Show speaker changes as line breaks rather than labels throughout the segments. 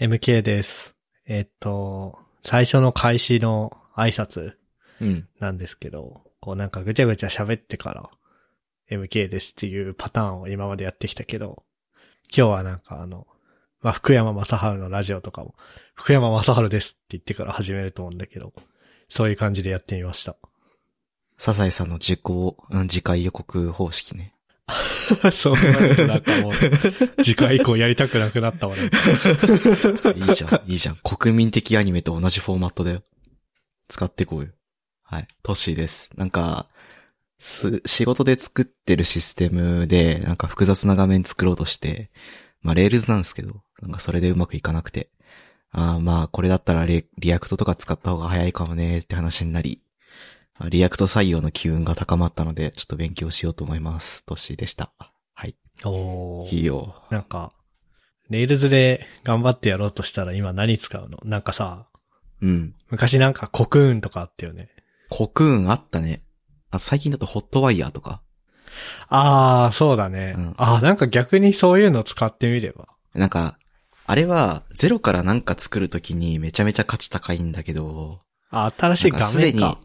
MK です。えっと、最初の開始の挨拶
うん。
なんですけど、こうなんかぐちゃぐちゃ喋ってから MK ですっていうパターンを今までやってきたけど、今日はなんかあの、まあ、福山雅治のラジオとかも、福山雅治ですって言ってから始めると思うんだけど、そういう感じでやってみました。
サザエさんの時効、うん、次回予告方式ね。
そうなるとなんかもう、 次回以降やりたくなくなったわね。
いいじゃん、いいじゃん。国民的アニメと同じフォーマットだよ。使ってこうよ。はい。トッシーです。なんか、す、仕事で作ってるシステムで、なんか複雑な画面作ろうとして、まあ、レールズなんですけど、なんかそれでうまくいかなくて。ああ、まあ、これだったらレ、リアクトとか使った方が早いかもね、って話になり、まあリアクト採用の機運が高まったので、ちょっと勉強しようと思います。トッシーでした。はい。
おー
いいよ。
なんか、レールズで頑張ってやろうとしたら今何使うのなんかさ、
うん。
昔なんかコクーンとかあったよね。
コクーンあったね。あ、最近だとホットワイヤーとか。
ああ、そうだね。
うん
ああ、なんか逆にそういうの使ってみれば。
なんか、あれはゼロからなんか作るときにめちゃめちゃ価値高いんだけど、
あ新しい画
なんかすで
面
に
か。、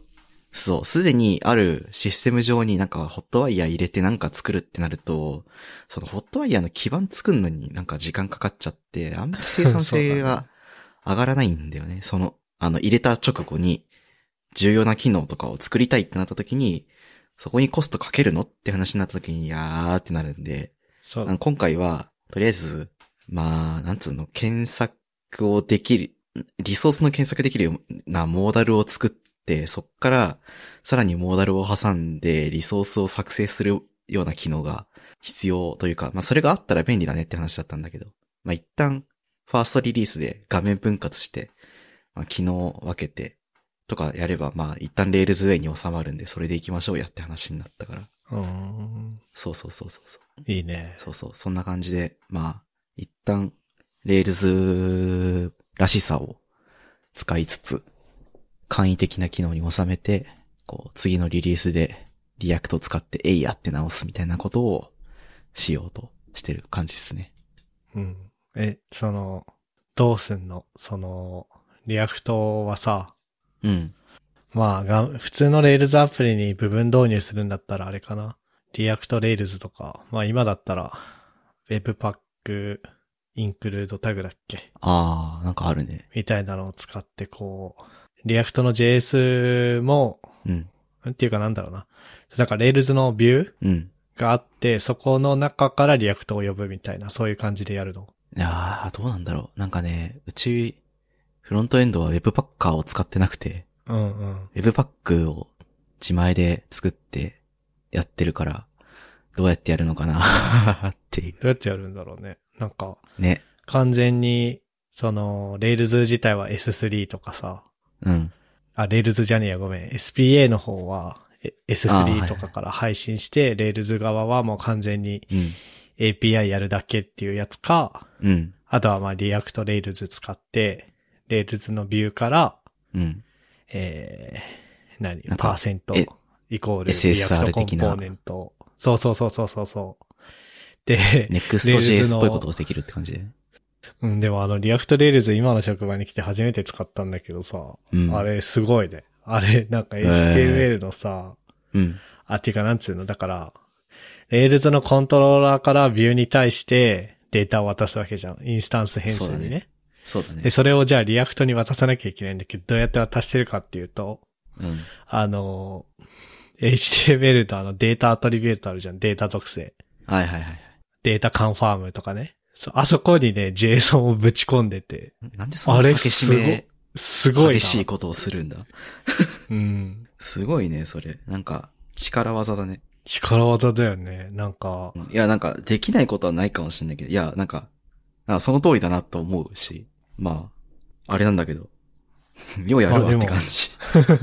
そう、すでにあるシステム上になんかホットワイヤー入れてなんか作るってなると、そのホットワイヤーの基盤作るのになんか時間かかっちゃって、あんまり生産
そうだ
性
ね
が上がらないんだ よね。その、あの、入れた直後に重要な機能とかを作りたいってなった時に、そこにコストかけるのって話になった時に、いやーってなるんで、
そう
あの今回は、とりあえず、まあ、なんつうの、検索をできる、リソースの検索できるようなモーダルを作って、そっから、さらにモーダルを挟んで、リソースを作成するような機能が必要というか、まあ、それがあったら便利だねって話だったんだけど、まあ、一旦、ファーストリリースで画面分割して、まあ、機能を分けて、とかやれば、まあ、一旦レールズウェイに収まるんで、それで行きましょうやって話になったから。
うーん。
そうそうそうそうそう。
いいね。
そうそう、そんな感じで、まあ、一旦、レールズらしさを使いつつ、簡易的な機能に収めて、こう、次のリリースで、リアクト使って、えいやって直すみたいなことをしようとしてる感じですね。
うん。え、その、どうすんのその、リアクトはさ、
うん。
まあが、普通のレールズアプリに部分導入するんだったらあれかな。リアクトレールズとか、まあ今だったら、Webpack インクルードタグだっけ
あー、なんかあるね。
みたいなのを使ってこう、リアクトの JS も、
うん。
なんていうかなんだろうな。なんか Rails のビュー
うん。
があって、そこの中からリアクトを呼ぶみたいな、そういう感じでやるの。
いやー、どうなんだろう。なんかね、うち、フロントエンドは Webpacker を使ってなくて、
うんうん。
ウェブパックを自前で作ってやってるから、どうやってやるのかなってい
どうやってやるんだろうね。なんか、
う。ね。
完全に、その、Rails 自体は S3 とかさ、
うん。
あ、Rails じゃねえや、ごめん。SPA の方は、え
あはいは
S3
い
とかから配信して、Rails 側はもう完全に
うん。
API やるだけっていうやつか、
うん。
あとはまあリアクトレールズ使って、レールズのビューから、
うん。
えー、何
なんか
パーセント
え
イコール
SSR
リアクトコンポ
的な
ーネント。そうそうそうそうそうそう。で、
ネクス
レ
ト
ールズの
JS っぽいことができるって感じで。
うん、でもあのリアクトレールズ今の職場に来て初めて使ったんだけどさ、
うん。
あれすごいね。あれ、なんか
ー
HTML のさ、
うん。
あ、てかなんつうの、だから、レールズのコントローラーからビューに対してデータを渡すわけじゃん。インスタンス変数
そうだ
にね
ねそうだね
で、。それをじゃあリアクトに渡さなきゃいけないんだけど、どうやって渡してるかっていうと、
うん。
あの、HTML とあのデータアトリビュートあるじゃん、データ属性。
はいはいはい。
データカンファームとかね。そあそこにね、JSON をぶち込んでて、
なんでそん
あ
な
れ
激しめ、
すごいな。
激しいことをするんだ。
うん。
すごいね、それ。なんか、力技だね。
力技だよね。なんか
う、んいや、なんか、できないことはないかもしれないけど、いや、なんか、あその通りだなと思うし、まあ、あれなんだけど、 ようやる
まあ
わ
で
っ
も
て感じ。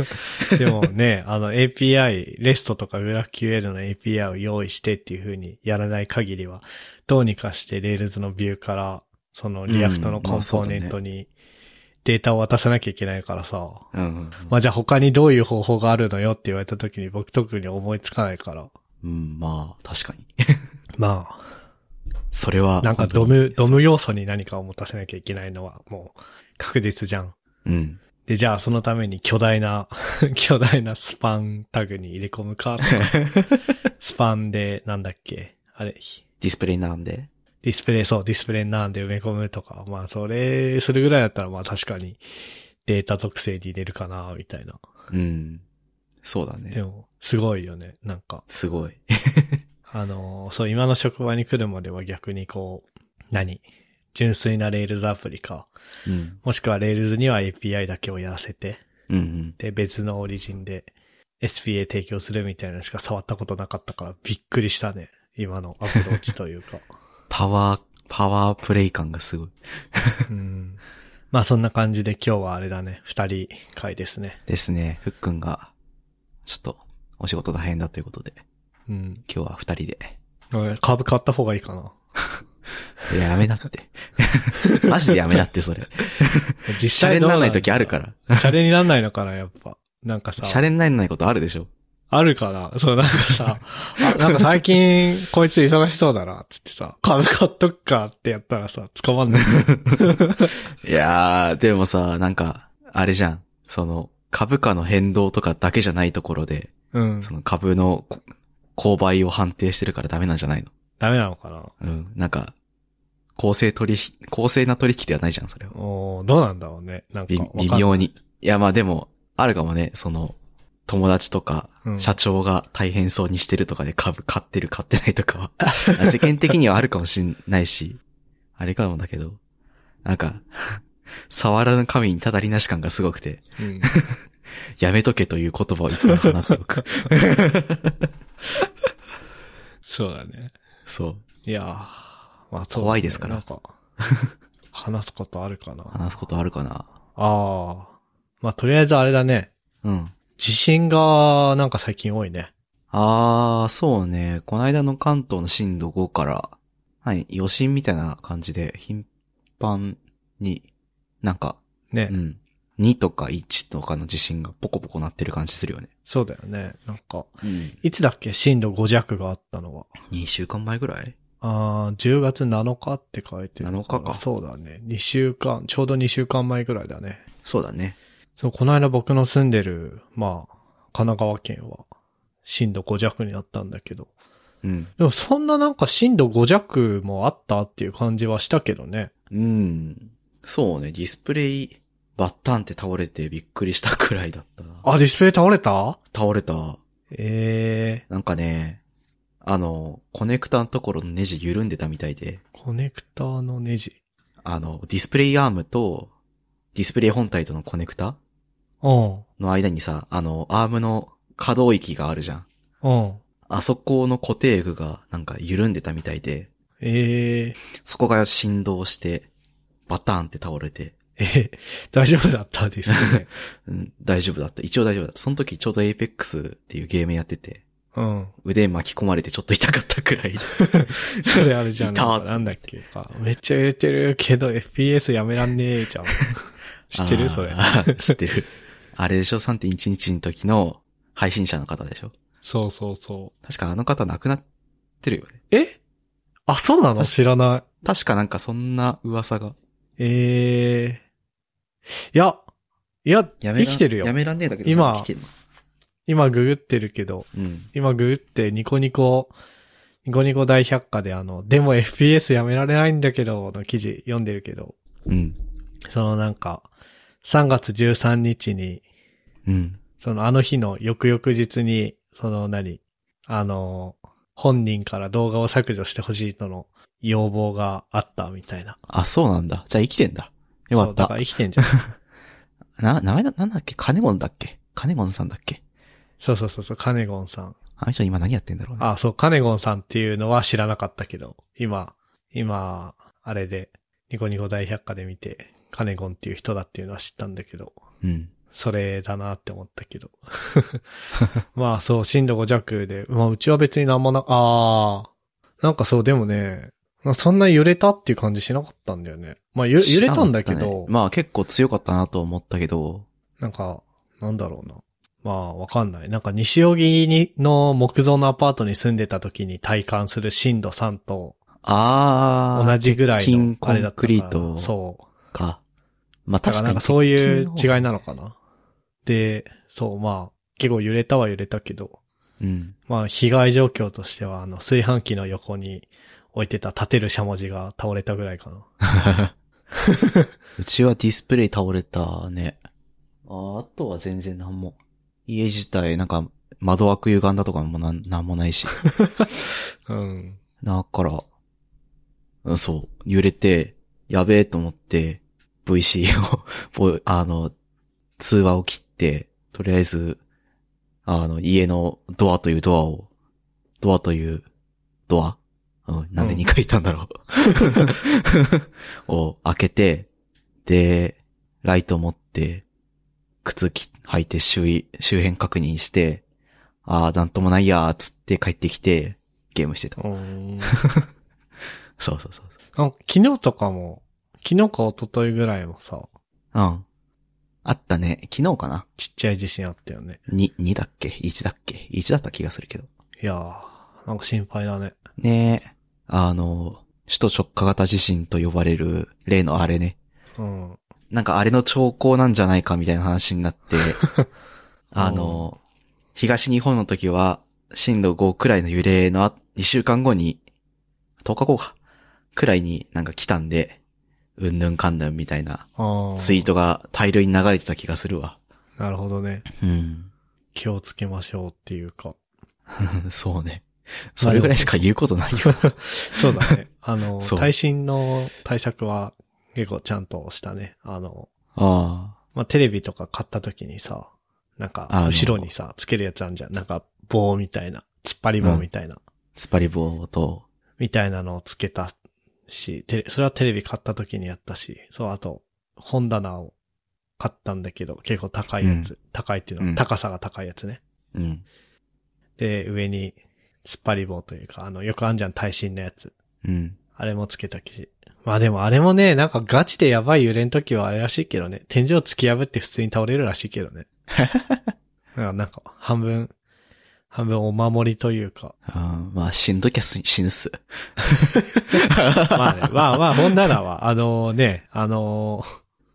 でもね、あの API、REST とか GraphQL の API を用意してっていう風にやらない限りは、どうにかして Rails のビューから、そのリアクトのコンポーネントにデータを渡さなきゃいけないからさ、
うんうんうん
まあじゃあ他にどういう方法があるのよって言われた時に僕特に思いつかないから。
うん、まあ、確かに。
まあ、
それは。
なんかド
本当
ム
に、
ド。ム要素に何かを持たせなきゃいけないのはもう確実じゃん。
うん。
で、じゃあそのために巨大な、 巨大なスパンタグに入れ込むかとか、スパンでなんだっけ、あれ、
ディスプレイなんで。
ディスプレイ、そう、ディスプレイなんで埋め込むとか、まあそれするぐらいだったらまあ確かにデータ属性に入れるかな、みたいな。
うん。そうだ
で
ね。
も、すごいよね、なんか。
すごい。
あのー、そう、今の職場に来るまでは逆にこう、何純粋なレールズアプリか。
うん。
もしくはレールズには API だけをやらせて、
うんうん。
で、別のオリジンで SPA 提供するみたいなのしか触ったことなかったからびっくりしたね。今のアプローチというか。
パワー、パワープレイ感がすごい。
うん。まあそんな感じで今日はあれだね。二人会ですね。
ですね。ふっくんが、ちょっと、お仕事大変だということで、
うん。
今日は二人で。
俺株買った方がいいかな。
いややめなって。 マジでやめなって、それ。
実。
シャレにならない時あるからら。
シャレになんないのかな、やっぱ。なんかさ。
シャレにならないことあるでしょ。
あるから、そう、なんかさ、あなんか最近、こいつ忙しそうだな、つってさ、株買っとくかってやったらさ、捕ま んない。
いやー、でもさ、なんか、あれじゃん。その、株価の変動とかだけじゃないところで、
うん。
その株のこ購買を判定してるからダメなんじゃないの
ダメなのかな
うん。なんか、公正取引、公正な取引ではないじゃん、それは。
おーどうなんだろうね。なんか
び
わかんない
微。妙に。いや、まあでも、あるかもね、その、友達とか
う、ん
社長が大変そうにしてるとかで株買ってる買ってないとか は、世間的にはあるかもしんないし、あれかもだけど、なんか、 触らぬ神にただりなし感がすごくて、
うん
やめとけという言葉をいっぱい放ってお く。
そうだね。
そう。
いやー、まあそうだね
怖いですから
なんか、話すことあるかな。あ
話すことあるかな
あー。まあとりあえずあれだね。
うん。
地震が、なんか最近多いね。
あー、そうね。この間の関東の震度5から、はい、余震みたいな感じで、頻繁に、なんか、
ね。
うん。2とか1とかの地震がポコポコ鳴ってる感じするよね。
そうだよね。なんか、
うん。
いつだっけ震度5弱があったのは。
2週間前ぐらい
ああ、10月7日って書いてるら。
7日か
そうだね。2週間、ちょうど2週間前ぐらいだね。
そうだね。
そう、この間僕の住んでる、まあ、神奈川県は、震度5弱になったんだけど。
うん。
でもそんななんか震度5弱もあったっていう感じはしたけどね。
うん。そうね、ディスプレイ、バッタンって倒れてびっくりしたくらいだったな。
あ、ディスプレイ倒れた
倒れた。
ええ
なんかね、あの、コネクタのところのネジ緩んでたみたいで、
ー、コネクターのネジ。
あの、ディスプレイアームと、ディスプレイ本体とのコネクタ
うん、
の間にさ、あの、アームの可動域があるじゃん。
うん。
あそこの固定具がなんか緩んでたみたいで、
ええー、
そこが振動して、バターンって倒れて、
えー、大丈夫だったです ね。
うん、大丈夫だった。一応大丈夫だった。その時ちょうどエイペックスっていうゲームやってて、
うん。
腕巻き込まれてちょっと痛かったくらい。
それあれじゃん。
いた
なんかなんだっけか。めっちゃ入れてるけど FPS やめらんねえ じゃん。知ってるそれ。
あー 知ってる。あれでしょ ?3.1 日の時の配信者の方でしょ
そうそうそ
確かあの方亡くなってるよね。
う。えあ、そうなの
確か
知らない。
確かなんかそんな噂が。
ええいや、いや、生きてるよ
や。めらんねえだけど。
今
生きてるの
今ググってるけど、
うん。
今ググってニコニコ、ニコニコ大百科であの、でも FPS やめられないんだけど、の記事読んでるけど、
うん。
そのなんか、3月13日に、
うん。
そのあの日の翌々日に、その何、あの、本人から動画を削除してほしいとの要望があったみたいな。
あ、そうなんだ。じゃあ生きてんだ。よか
そ
っ
うだ
た
か。ら生きてん じゃん。
な、名前だ、なんだっけカネゴンだっけカネゴンさんだっけ
そうそうそうそう、カネゴンさん。
あの人今何やってんだろうね。
あ、そう、カネゴンさんっていうのは知らなかったけど、今、今、あれで、ニコニコ大百科で見て、カネゴンっていう人だっていうのは知ったんだけど、
うん。
それだなって思ったけ ど。まあそう、震度5弱で、まあうちは別になんもな、ああ、なんかそう、でもね、まあそんな揺れたっていう感じしなかったんだよね。まあゆ揺れたんだけ
知らなかっ
ど、
たねまあ結構強かったなと思ったけど、
なんか、なんだろうな。まあわかんない。なんか西荻にの木造のアパートに住んでた時に体感する震度3と、
あー。
同じぐらいの
鉄筋
あれだった
コンクリート
からそう。
か。まあ
だか
確
ら
か
なん
に。
かそういう違い
い。
なのかな。で、そう、まあ、結構揺れたは揺れたけど、
うん。
まあ、被害状況としては、あの、炊飯器の横に置いてた立てるしゃもじが倒れたぐらいかな。
うちはディスプレイ倒れたね。ああとは全然なんも。家自体、なんか、窓枠歪んだとかもなん、なんもないし。
うん。
だから、うんそう、揺れて、やべえと思って、VC を、 ぼあの、通話を切って、とりあえず、あの、家のドアというドアを、ドアというドアうん、なんで
うん
2回言ったんだろう。 を開けて、で、ライト持って、靴き履いて周囲、周辺確認して、ああ、なんともないやー、つって帰ってきて、ゲームしてた。
うん。
そうそうそうそう。
あ昨日とかも、昨日か一昨日ぐらいもさ、
うん。あったね。昨日かな
ちっちゃい地震あったよね。
?2、2だっけ ?1 だっけ ?1 だった気がするけど。
いやー、なんか心配だね。
ねえ。あの、首都直下型地震と呼ばれる例のあれね。
うん。
なんかあれの兆候なんじゃないかみたいな話にな って、あの、東日本の時は震度5くらいの揺れのあ2週間後に、10日後か、くらいになんか来たんで、うんぬんかんぬんみたいな
あ
ツイー
ト。
トが大量に流れてた気がするわ。
なるほどね。
うん。
気をつけましょうっていうか。
そうね。それぐらいしか言うことないよ。
そうだね。 あの、
そう
耐震の対策は結構ちゃんとしたね。あの、
あ
まあ、テレビとか買った時にさ、なんか
あ、の
後ろにさ、つけるやつあんじゃん。なんか、棒みたいな、突っ張り棒みたいな、
あ。つっぱり棒と、
みたいなのをつけたし、テレ、それはテレビ買った時にやったし、そう、あと、本棚を買ったんだけど、結構高いやつ。高いっていうの
うん
は、高さが高いやつね。
うん。
で、上に、突っ張り棒というか、あの、よくあんじゃん、耐震のやつ。
うん。
あれもつけたし。まあでもあれもね、なんかガチでやばい揺れん時はあれらしいけどね。天井突き破って普通に倒れるらしいけど ね。だからなんか、半分、半分お守りというか。
あーまあ、死ぬときはす死ぬっす。
まあね、 まあまあ、本棚は、あのね、あの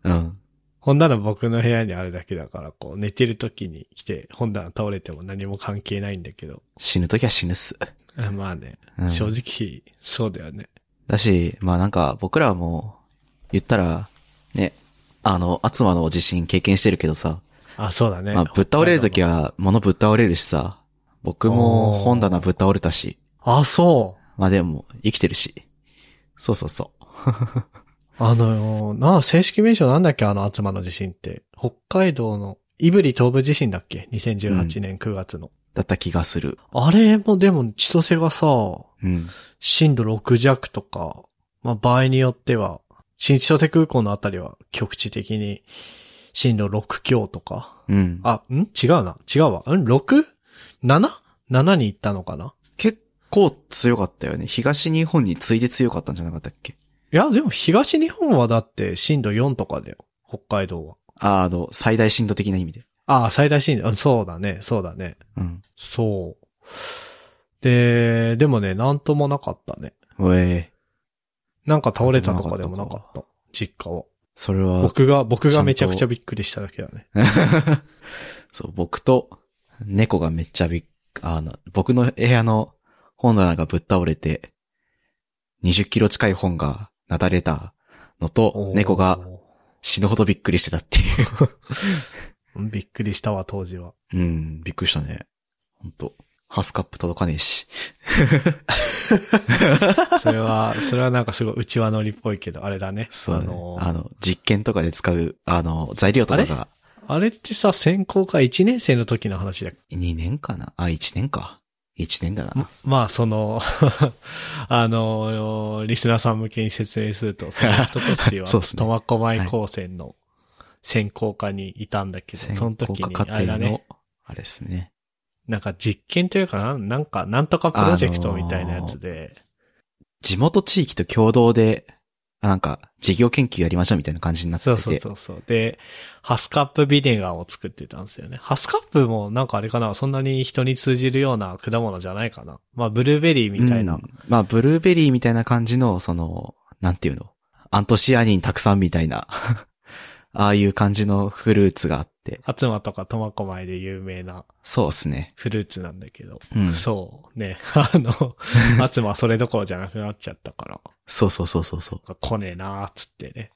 ー
うん。
本棚僕の部屋にあるだけだから、こう、寝てる時に来て、本棚倒れても何も関係ないんだけど。
死ぬときは死ぬっす。
あまあね、
うん
正直、そうだよね。
だし、まあなんか、僕らはもう、言ったら、ね、あの、厚間の地震経験してるけどさ、
あ、そうだね。
まあ、ぶっ倒れるとき
は。
は、物ぶっ倒れるしさ、僕も本棚ぶっ倒れたし、
あ、そう。
まあでも、生きてるし。そうそうそう。
あのー、なあ、正式名称なんだっけあの、厚間の地震って。北海道の、胆振東部地震だっけ ?2018 年9月の。
だった気がする。
あれもでも、千歳がさ、
うん。
震度6弱とか、まあ、場合によっては、新千歳空港のあたりは局地的に震度6強とか。
うん。
あ、ん違うな。違うわ。ん ?6?7?7 に行ったのかな
結構強かったよね。東日本に次いで強かったんじゃなかったっけ
いや、でも東日本はだって震度4とかだよ。北海道は。
ああの、最大震度的な意味で。
ああ、最大震度。うんそうだね。そうだね。
うん。
そう。で、でもね、なんともなかったね。
おえ
なんか倒れたとかでもなか
なん
った。実家は。
それは、
僕が、僕
ち
が
ゃんと
めちゃくちゃびっくりしただけだね。
そう、僕と、猫がめっちゃびっ、あの、僕の部屋の本棚がぶっ倒れて、20キロ近い本がなだれたのと、猫が死ぬほどびっくりしてたっていう。
うん。びっくりしたわ、当時は。
うん、びっくりしたね。ほんと。ハスカップ届かねえし。
それは、 それはなんかすごい内輪乗りっぽいけど、あれだね。
そう、
あ
ね
の
あの、実験とかで使う、あの、材料とかが、
あれってさ、専攻科1年生の時の話だっけ
2年かなあ、1年か。1年だな
ま。まあ、その、 あの、リスナーさん向けに説明すると、その人たちは、
そうっすね
苫小牧高専の専攻科にいたんだけど、その時
専攻
に、
科
あ
課
れ
程
だね
の、、あれですね。
なんか実験というかな、なんか、なんとかプロジェクトみたいなやつで、
地元地域と共同で、あなんか、事業研究やりましょうみたいな感じになって
そ
て。
うそうそうそう。で、ハスカップビネガーを作ってたんですよね。ハスカップもなんかあれかな、そんなに人に通じるような果物じゃないかな。まあ、ブルーベリーみたいな。
うんまあ、ブルーベリーみたいな感じの、その、なんていうのアントシアニンたくさんみたいな、 ああいう感じのフルーツがあって。
初馬とか苫小牧で有名な
そうですね。
フルーツなんだけど。
うん。そ
そうね。 あの、初馬それどころじゃなくなっちゃったから、
うそうそうそうそう。
なんか来ねえなーっつってね。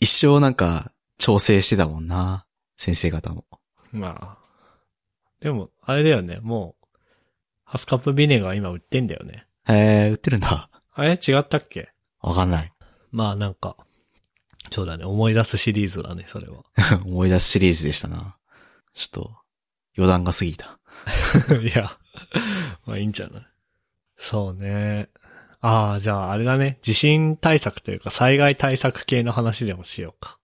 一生なんか、調整してたもんな。先生方も。
まあ。でも、あれだよね、もう、ハスカップビネガー今売ってんだよね。
へえ、売ってるんだ。
あれ違ったっけ
わかんない。
まあなんか、そうだね、思い出すシリーズだね、それは。
思い出すシリーズでしたな。ちょっと、余談が過ぎた。
いや、 まあいいんじゃないそうね。ああ、じゃああれだね、地震対策というか災害対策系の話でもしようか。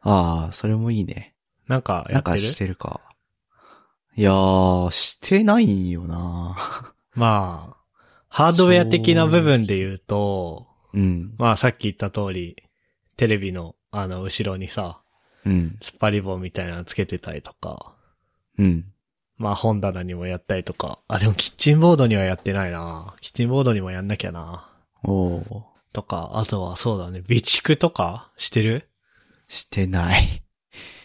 ああ、それもいいね。
なんかやっ
な
てる
んかしてるか。いやー、してないよな。
まあ、ハードウェア的な部分で言うと、
うん。
まあさっき言った通り、テレビのあの後ろにさ、
うん。
突っ張り棒みたいなのつけてたりとか、
うん。
まあ本棚にもやったりとか、あ、でもキッチンボードにはやってないなキッチンボードにもやんなきゃな
おー
とか、あとはそうだね、備蓄とかしてる
してない。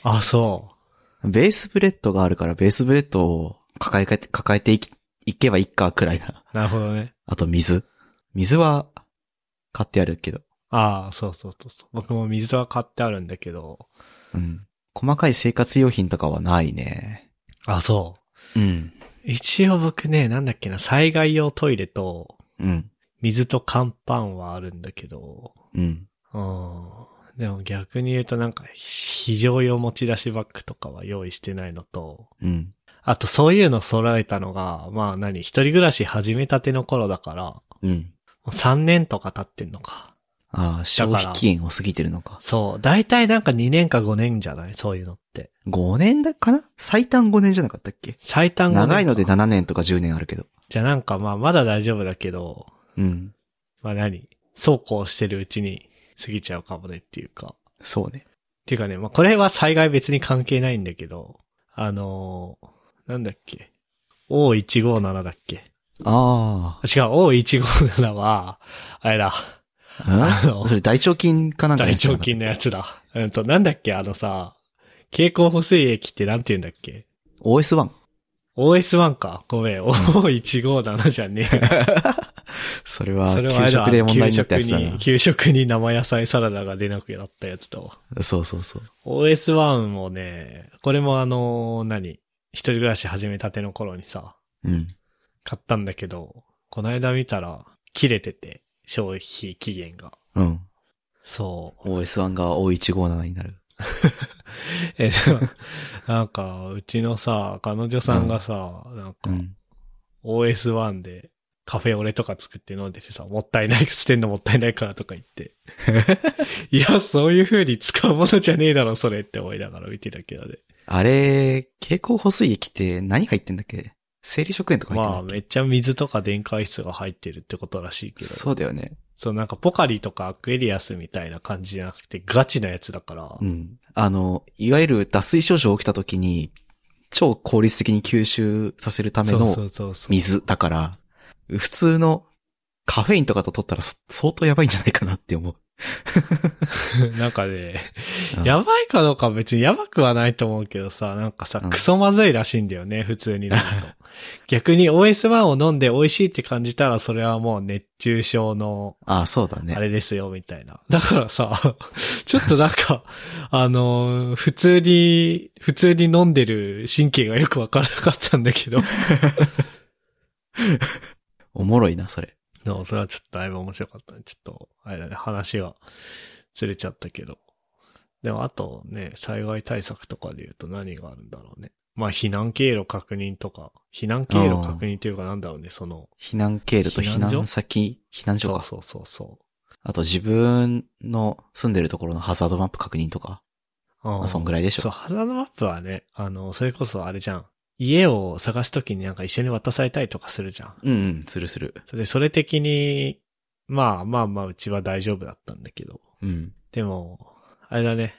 あ、そ
ベースブレッドがあるから、ベースブレッドを抱えか、抱えていきいけばいいかくらいな。
う。なるほどね。
あと水。水は、買ってあるけど。
ああ、そうそうそうそう。僕も水は買ってあるんだけど、
うん。細かい生活用品とかはないね。
あ、そう。
うん。
一応僕ね、なんだっけな、災害用トイレと、
うん。
水と乾パンはあるんだけど、
うん。
うん。でも逆に言うとなんか、非常用持ち出しバッグとかは用意してないのと、
うん。
あとそういうの揃えたのが、まあ何、一人暮らし始めたての頃だから、も
うん。
う3年とか経ってんのか。
ああ、消費期限を過ぎてるのか。
そう。だいたいなんか2年か5年じゃないそういうのって。
5年だかな最短5年じゃなかったっけ
最短5年か。
長いので7年とか10年あるけど。
じゃあなんかまあまだ大丈夫だけど、
うん。
まあ何、そうこうしてるうちに過ぎちゃうかもねっていうか。
そうね。
っていうかね、まあ、これは災害別に関係ないんだけど、あのーなんだっけ。O157 だっけ
あ
違う、O157 は、あれだ、あ
あ。
の
うんそれ大腸菌かなんか
大
やつじゃ
腸
なかったっけ
菌のやつだ。うんと、なんだっけ、あのさ、蛍光補水液ってなんて言うんだっけ
OS1。
?OS1 か。ごめん、O157 じゃねえ。
それ は、
それはあれ
給
だ
食で問題になったやつだ
給食
な
に、。給食に生野菜サラダが出なくなったやつだわ。
そうそうそう。
OS1 もね、これもあの、何一人暮らし始めたての頃にさ、
うん。
買ったんだけど、この間見たら、切れてて、消費期限が。
うん。
そう。
OS1 が O157 になる。
え、 でもなんか、うちのさ、彼女さんがさ、なんか
う、ん。
OS1 で、カフェオレとか作って飲んでてさ、もったいない、捨てんのもったいないからとか言 って。いや、そういう風に使うものじゃねえだろ、それって思いながら見てたけどね。
あれ、蛍光補水液って何入ってんだっけ生理食塩とか入ってん
まあ、
だっけ、
めっちゃ水とか電解質が入ってるってことらしいけど。
そうだよね。
そう、なんかポカリとかアクエリアスみたいな感じじゃなくて、ガチなやつだから
う。ん。あの、いわゆる脱水症状起きた時に、超効率的に吸収させるため
そうそ
の
うそうそう。
水だから、普通のカフェインとかと取ったらそ相当やばいんじゃないかなって思う。
なんかね、
うん
やばいかどうかは別にやばくはないと思うけどさ、なんかさ、
うん
クソまずいらしいんだよね、普通に飲むと。逆に OS1 を飲んで美味しいって感じたら、それはもう熱中症の
ああ、そうだね。
あれですよ、みたいな。だからさ、 ちょっとなんか、あのー普通に、普通に飲んでる神経がよくわからなかったんだけど。
おもろいな、それ。
でもそれはちょっとだいぶ面白かったね。ちょっと、あれだね、話がずれちゃったけど。でもあとね、災害対策とかで言うと何があるんだろうね。まあ避難経路確認とか、避難経路確認というかなんだろうね、その、
避難経路と
避
避
難所
難先、避難所
そう
か。
そうそうそう。
あと自分の住んでるところのハザードマップ確認とか。
あ
まあ、そんぐらいでし
そう、
ょ。
ハザードマップはね、あの、それこそあれじゃん。家を探すときになんか一緒に渡されたりとかするじゃん。
うんうん、するする。
それで、それ的に、まあまあまあ、うちは大丈夫だったんだけど。
うん。
でも、あれだね。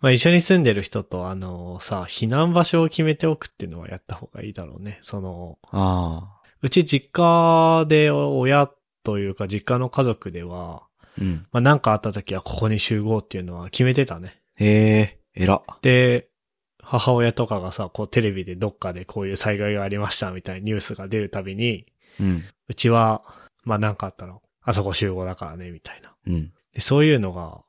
まあ一緒に住んでる人と、あの、さ、避難場所を決めておくっていうのはやった方がいいだろうね。その、
あ
うち実家で親というか実家の家族では、
あ。うん。
まあなんかあった時はここに集合っていうのは決めてたね。
へえ、えら。
で、母親とかがさ、こうテレビでどっかでこういう災害がありましたみたいなニュースが出るたびに、
うん。
うちは、まあなんかあったの。あそこ集合だからね、みたいな。
うん。
で、そういうのが、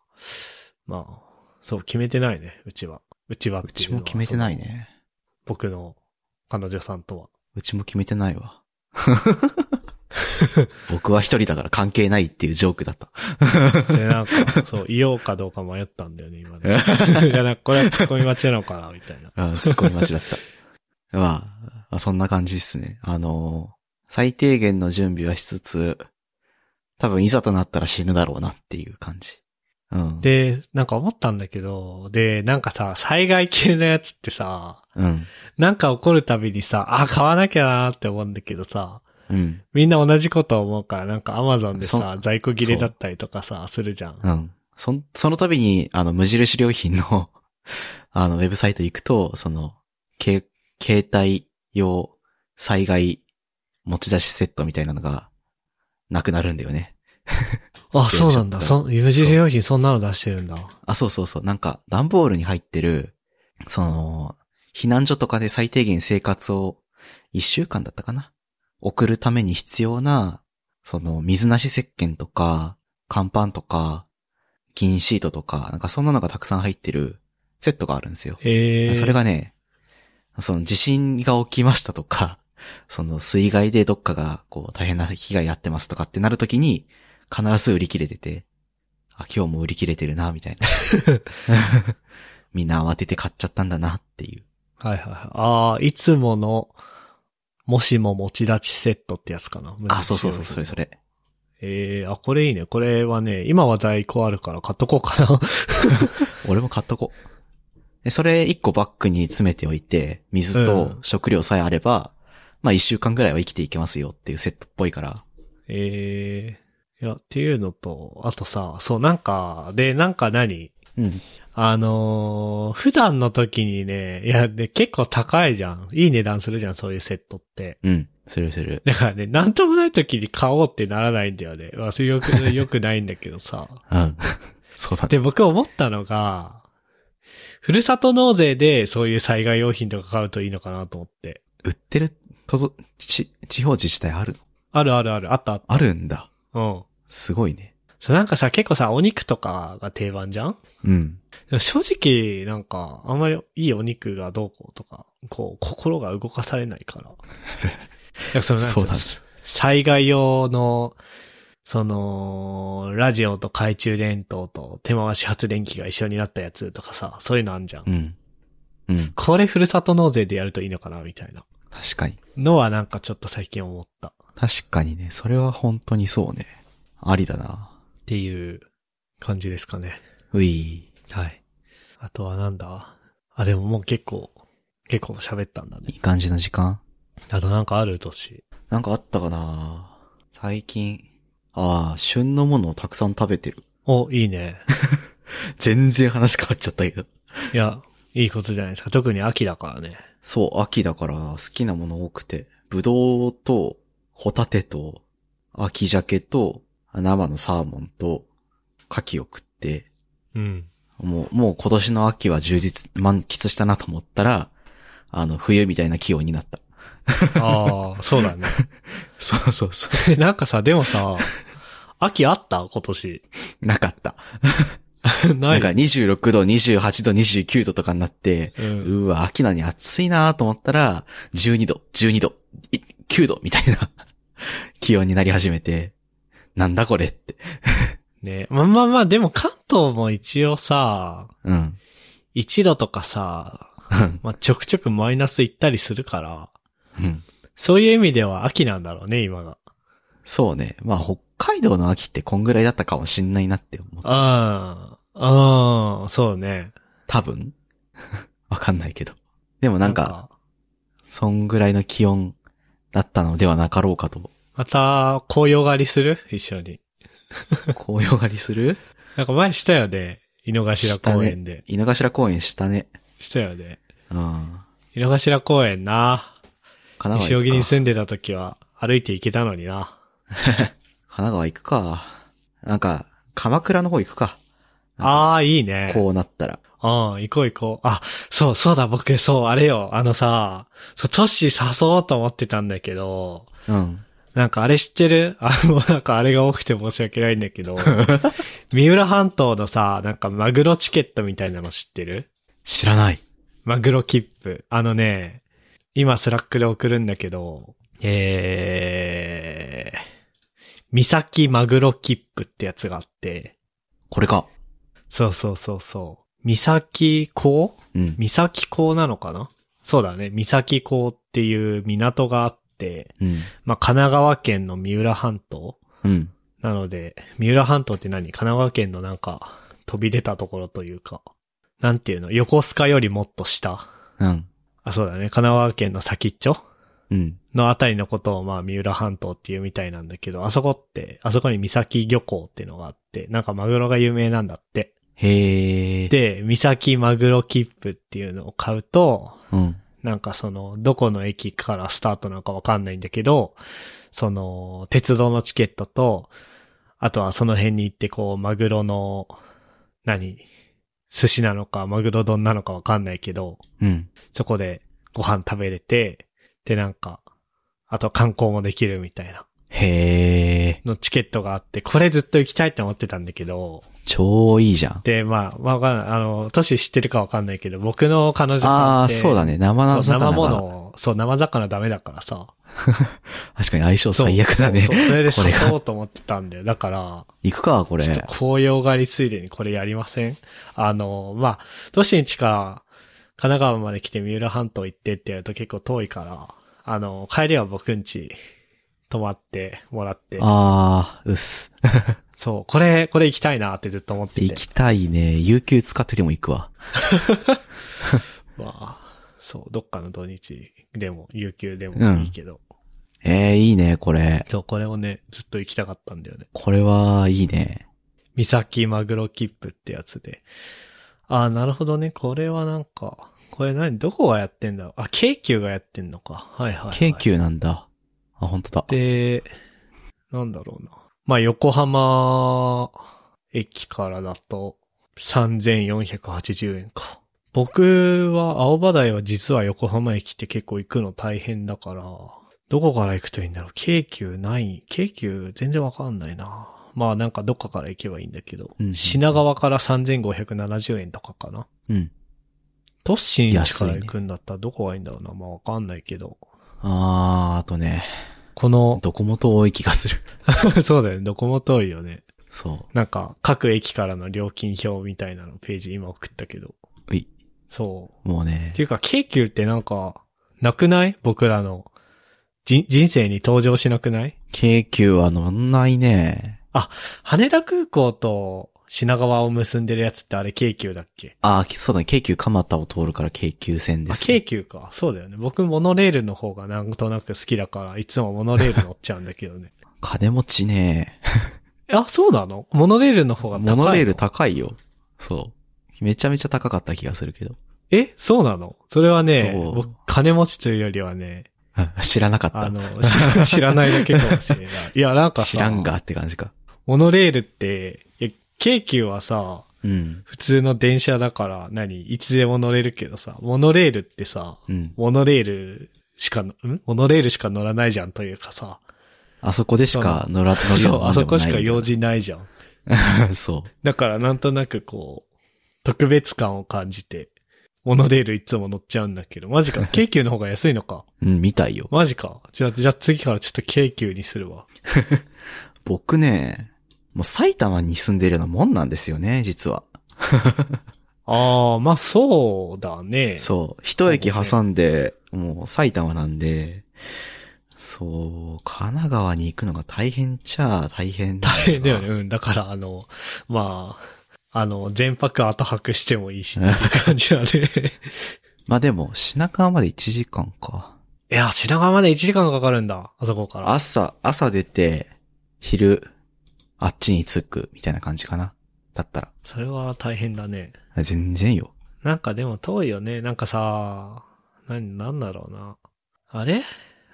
まあ、そう、決めてないね、うちは。うちはっ
う
てい
ち
うのは
も決めてない。ね。
その僕の彼女さんとは。
うちも決めてないわ。 僕は一人だから関係ないっていうジョークだった。
それなんか、 そう、言おうかどうか迷ったんだよね、今ね。いや、なんかこれは突っ込み待ちなのかな、みたいな。
あ突っ込み待ちだった。 まあ、あそんな感じですね。あのー最低限の準備はしつつ、多分いざとなったら死ぬだろうなっていう感じ。うん。、
で、なんか思ったんだけど、で、なんかさ、災害系のやつってさ、
うん。
なんか起こるたびにさ、あ、買わなきゃなーって思うんだけどさ、
うん。
みんな同じこと思うから、なんかアマゾンで
そ
さ、在庫切れだったりとかさ、するじゃん。
うん。そん、その度に、あの、無印良品の、 あの、ウェブサイト行くと、その、け携帯用災害持ち出しセットみたいなのが、なくなるんだよね。
あ、そうなんだ。
そう
そん、無印良品そんなの出してるんだ。
あ、そうそうそう。なんか、段ボールに入ってる、その、避難所とかで最低限生活を、一週間だったかな送るために必要な、その、水なし石鹸とか、乾パンとか、銀シートとか、なんかそんなのがたくさん入ってるセットがあるんですよ。
ええー。
それがね、その地震が起きましたとか、その水害でどっかがこう大変な被害あってますとかってなるときに、必ず売り切れてて、あ、今日も売り切れてるな、みたいな。 みんな慌てて買っちゃったんだなっていう。
はいはいはい。ああ、いつもの、もしも持ち立ちセットってやつかな。
あ、そうそうそう、それそ
れ。
れ。
ええー、あ、これいいね。これはね、今は在庫あるから買っとこうか な。
俺も買っとこう。で、それ一個バッグに詰めておいて、水と
うん
食料さえあれば、まあ一週間ぐらいは生きていけますよっていうセットっぽいから。
ええー。いや、っていうのと、あとさ、そう、なんか、で、なんか何
うん。
あのー普段の時にね、いや、で、結構高いじゃん。いい値段するじゃん、そういうセットって。
うん。するする。
だからね、なんともない時に買おうってならないんだよね。まあ、それよ く、よくないんだけどさ。
うん。 そうだね。
で、僕思ったのが、ふるさと納税でそういう災害用品とか買うといいのかなと思って。
売ってる、とぞ、ち、地方自治体あるの
あるあるある、あったあっ
あるんだ。
た。うん。
すごいね。
そうなんかさ、結構さ、お肉とかが定番じゃん
うん。
でも正直、なんか、あんまりいいお肉がどうこうとか、こう、心が動かされないから。いや、そのなんつう
そう
の
だね
災害用の、その、ラジオと懐中電灯と手回し発電機が一緒になったやつとかさ、そういうのあんじゃん。
うん。うん。
これふるさと納税でやるといいのかな、みたいな。
確かに。
のはなんかちょっと最近思った。
確かにね。それは本当にそうね。ありだな。
っていう感じですかね。
うい
はい。あとはなんだあ、でももう結構、結構喋ったんだ
い
ね。
い感じの時間
あとなんかある年。
なんかあったかな最近。ああ、旬のものをたくさん食べてる。
お、いいね。
全然話変わっちゃったけど。
いや、いいことじゃないですか。特に秋だからね。
そう、秋だから好きなもの多くて。ぶどうと、ホタテと、秋鮭と、生のサーモンと、牡蠣を食って、
うん。
もう、もう今年の秋は充実、満喫したなと思ったら、あの、冬みたいな気温になった。
ああ、そうだ ね。
そうそうそ
なんかさ、でもさ、秋あった今年。
う。なかった。
な
なん
い
か26度、28度、29度とかになって、
うん。
うわ、秋なのに暑いなと思ったら、12度、12度、い9度みたいな 気温になり始めて、なんだこれって。
ねまあまあまあ、でも関東も一応さ、
うん。
1度とかさ、
うん
まあ、ちょくちょくマイナス行ったりするから、
うん。
そういう意味では秋なんだろうね、今が。
そうね。まあ、北海道の秋ってこんぐらいだったかもしんないなって思った。
ああ、ああ、そうね。
多分 わかんないけど。でもなんか、そんぐらいの 気温だったのではなかろうかと。
また、紅葉狩りする一緒に。
紅葉狩りする
なんか前したよね。井の頭公園で。
井の頭公園したね。
したよね。
うん。
井の頭公園な。
神奈
西
川
荻
行
に
くか。
住んでた時は歩いて行けたのにな。
神奈川行くか。なんか、鎌倉の方行くか。
ああー、いいね。
こうなったら。
うん、行こう行こう。あ、そう、そうだ、僕、そう、あれよ、あのさ、そう、トッシー誘おうと思ってたんだけど、
うん。
なんかあれ知ってる あの、なんかあれが多くて申し訳ないんだけど、三浦半島のさ、なんかマグロチケットみたいなの知ってる
知らない。
マグロ切符。あのね、今スラックで送るんだけど、えー、三崎マグロ切符ってやつがあって、
これか。
そうそうそうそう。三崎港
うん。
三崎港なのかなそうだね。三崎港っていう港があって、
うん。
まあ、神奈川県の三浦半島
うん。
なので、三浦半島って何神奈川県のなんか、飛び出たところというか、なんていうの横須賀よりもっと下。
うん。
あ、そうだね。神奈川県の先っちょ
うん。
のあたりのことをまあ三浦半島っていうみたいなんだけど、あそこって、あそこに三崎漁港っていうのがあって、なんかマグロが有名なんだって。
へえ。、
で、三崎マグロ切符っていうのを買うと、
うん。
なんかその、どこの駅からスタートなのかわかんないんだけど、その、鉄道のチケットと、あとはその辺に行ってこう、マグロの、何寿司なのか、マグロ丼なのかわかんないけど、
うん。
そこでご飯食べれて、でなんか、あと観光もできるみたいな、
へえ。
のチケットがあって、これずっと行きたいって思ってたんだけど、
超いいじゃん。
で、まあ、わかんない、あの、年知ってるかわかんないけど、僕の彼女さん
ああ
っ
ー、
て、
そうだね。生
そ
な
う
魚
生
が。
物を、そう、生魚ダメだからさ。
確かに相性最悪だね。
そうそうそれで
これ
誘お
が。
うと思ってたんだよ。だから、
行くか、これ
ちょ。っと紅葉狩りついでにこれやりませんあの、まあ、都心地から神奈川まで来て三浦半島行ってってやると結構遠いから、あの、帰りは僕ん家泊まってもらって、
ああ、うっす。
そう、これ、これ行きたいなってずっと思ってて
行。きたいね。有給使ってでも行くわ。
まあ、そう、どっかの土日でも、有給でもいいけど、
ええいいね、これ。
そう、これをね、ずっと行きたかったんだよね。
これは、いいね。
三崎マグロ切符ってやつで。ああ、なるほどね。これはなんか、これ何どこがやってんだろうあ、京急がやってんのか。はいはい、はい。
京。急なんだ。あ、本当だ。
で、なんだろうな。まあ、横浜駅からだと3480円か。僕は、青葉台は実は横浜駅って結構行くの大変だから、どこから行くといいんだろう京急ない京急全然わかんないな。まあなんかどっかから行けばいいんだけど、
うん
品川から3570円とかかな。
うん。
都心市
安
か
い
ら
ね
行くんだったらどこがいいんだろうな。まあわかんないけど。
あー、あとね、
こ の、
どこも遠い気がする。
そうだよね。どこも遠いよね。
そ
なんか、各駅からの料金表みたいなのページ今送ったけど。
う。うい。
そ
もうね
う。って。いうか、京急ってなんか、なくない僕らの、人、人生に登場しなくない
京急は乗んないね。
羽田空港と品川を結んでるやつってあれ京急だっけ
あー、そうだね。京急蒲田を通るから京急線で
あ、
す、
京急か。そうだよね。僕、モノレールの方がなんとなく好きだから、いつもモノレール乗っちゃうんだけどね。
金持ちね。
あ、そうなのモノレールの方が高い
モ
の。
ノレール高いよ。そう。めちゃめちゃ高かった気がするけど。
え、そうなのそれはね、
そう
僕、金持ちというよりはね、
知らなかっ
あ
た。
の、知ら 知らないだけかもしれない。いや、なんかさ
知らんがって感じか。
モノレールって、いや、京急はさ、
うん。
普通の電車だから、何いつでも乗れるけどさ、モノレールってさ、
うん。
モノレールしかの、んモノレールしか乗らないじゃんというかさ、
あそこでしか乗ら、乗るよ
そうう、
な も
あ
んで
そ
も
こ
ない
し
み
か
たいな
用事ないじゃん。
そ
だからなんとなくこう、特別感を感じて、モノレールいつも乗っちゃうんだけど、マジ か、京急の方が安いのか。
う。うん、みたいよ。
マジか。じゃあ、じゃあ次からちょっと京急にするわ。
僕ね、もう埼玉に住んでるようなもんなんですよね、実は。
ああ、まあそうだね。
そう。一駅挟んで、もう埼玉なんで、そう、神奈川に行くのが大変っちゃ大変だ。
大変だよね。うん。だから、あの、まあ、あの、全泊後泊してもいいし、っていう感じだ ね。
まあでも、品川まで1時間か。
いや、品川まで1時間かかるんだ。あそこから。
朝、朝出て、昼、あっちにつく、みたいな感じかな。だったら。
それは大変だね。
あ全然よ。
なんかでも遠いよね。なんかさ、な、なんだろうな。あれ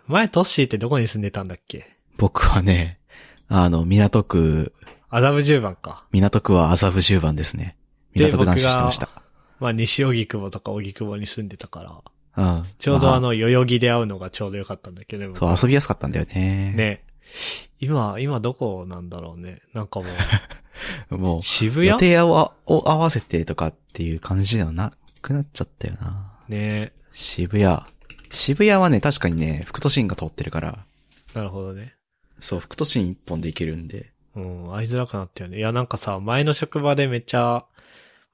前トッシーってどこに住んでたんだっけ
僕はね、あの、港区、
麻布十番か。
港区は麻布十番ですね。
で
港区男子してました。
まあ西荻窪とか荻窪に住んでたから、
うん。
ちょうどあ
ま
の代々木で会うのがちょうどよかったんだけど、僕
そう、遊びやすかったんだよね。。
ね。今、今どこなんだろうね。なんかも う、
もう、
渋
予
谷
定をあを合わせてとかっていう感じではなくなっちゃったよな。
ね
渋谷。渋谷はね、確かにね、副都心が通ってるから、
なるほどね。
そう、副都心一本で行けるんで。
うん、会いづらくなったよね。いや、なんかさ、前の職場でめっちゃ、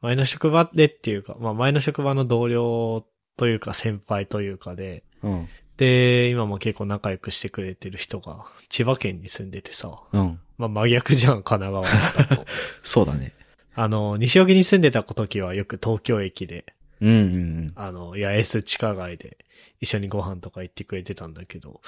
前の職場でっていうか、まあ前の職場の同僚というか先輩というかで、
うん。
で、今も結構仲良くしてくれてる人が、千葉県に住んでてさ、
うん。
まあ真逆じゃん、神奈川だと。
そうだね。
あの、西荻に住んでた時はよく東京駅で、
うんうんうん。
あの、八重洲地下街で一緒にご飯とか行ってくれてたんだけど、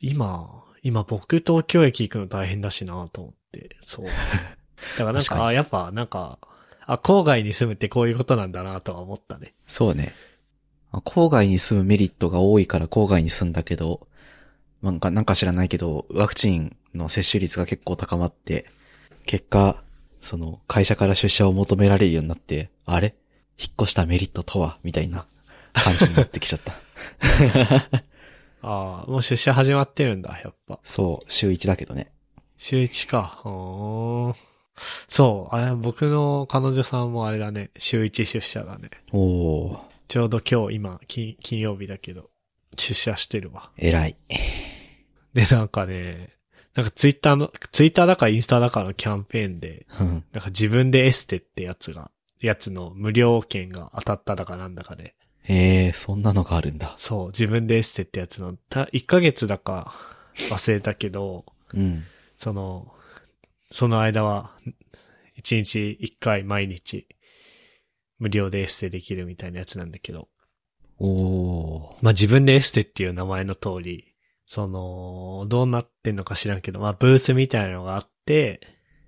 今、今僕東京駅行くの大変だしなと思って、 そう。だからなん
確
か、
かに
あやっぱなんか、あ、郊外に住むってこういうことなんだなとは思ったね。
そうね。あ郊外に住むメリットが多いから郊外に住んだけど、なんか、なんか知らないけど、ワクチンの接種率が結構高まって、結果、その、会社から出社を求められるようになって、あれ引っ越したメリットとはみたいな感じになってきちゃった。
ああ、もう出社始まってるんだ、やっぱ。
そう、週1だけどね。
週一か。うーんそう、あれ、僕の彼女さんもあれだね、週一出社だね。
おー、
ちょうど今日、今、金金曜日だけど、出社してるわ。
偉い。
で、なんかね、なんかツイッターの、ツイッターだかインスタだかのキャンペーンで、
うん
なんか自分でエステってやつが、やつの無料券が当たっただかなんだかで、
へえ、そんなのがあるんだ。
そう、自分でエステってやつの、た、1ヶ月だか忘れたけど、
うん。
その、その間は、1日1回毎日、無料でエステできるみたいなやつなんだけど、
おー。
まあ、自分でエステっていう名前の通り、その、どうなってんのか知らんけど、まあ、ブースみたいなのがあって、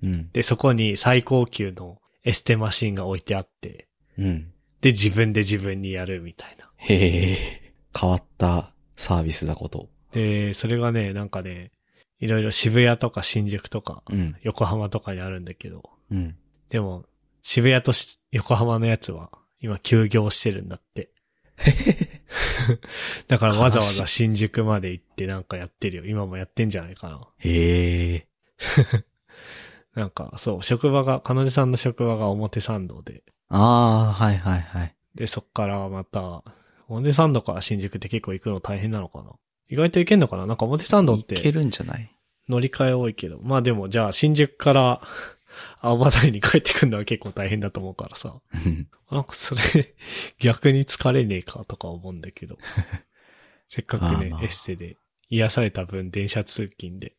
うん。
で、そこに最高級のエステマシンが置いてあって、
うん。
で、自分で自分にやるみたいな。
へえ、変わったサービスだこと。
で、それがね、なんかね、いろいろ渋谷とか新宿とか、
うん。
横浜とかにあるんだけど、
うん。
でも、渋谷とし横浜のやつは、今休業してるんだって。だからわざわざ新宿まで行ってなんかやってるよ。今もやってんじゃないかな。
へえ、
なんか、そう、職場が、彼女さんの職場が表参道で、
ああ、はいはいはい。
で、そっからまた、表参道から新宿って結構行くの大変なのかな意外と行けんのかななんか表参道っ
いけ
て
るんじゃない
乗り換え多いけど、まあでも、じゃあ新宿から 青葉台に帰ってくるのは結構大変だと思うからさ。なんかそれ、 逆に疲れねえかとか思うんだ けど。せっかく
まあ
ね、
まあ
エステで癒された分電車通勤で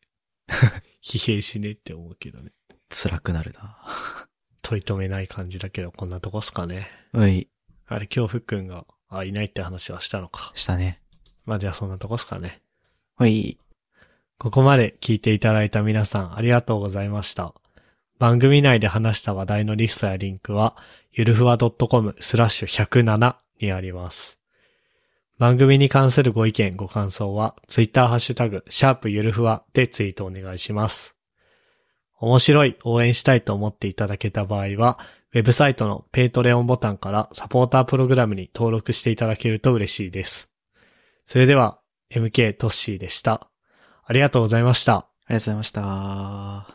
疲弊しねえって思うけどね。
辛くなるな。
取り留めない感じだけど、こんなとこっすかね。
うい、
あれ、今日ふっくんが、あ、いないって話はしたのか。
したね。
まあじゃあそんなとこっすかね。
うい、
ここまで聞いていただいた皆さんありがとうございました。番組内で話した話題のリストやリンクは、ゆるふわ .com スラッシュ107にあります。番組に関するご意見、ご感想は、ツイッターハッシュタグ、シャープゆるふわでツイートお願いします。面白い、応援したいと思っていただけた場合は、ウェブサイトのペイトレオンボタンからサポータープログラムに登録していただけると嬉しいです。それでは、MK トッシーでした。ありがとうございました。
ありがとうございました。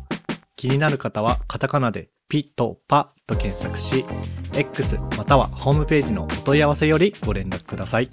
気になる方はカタカナでピトパと検索し、X またはホームページのお問い合わせよりご連絡ください。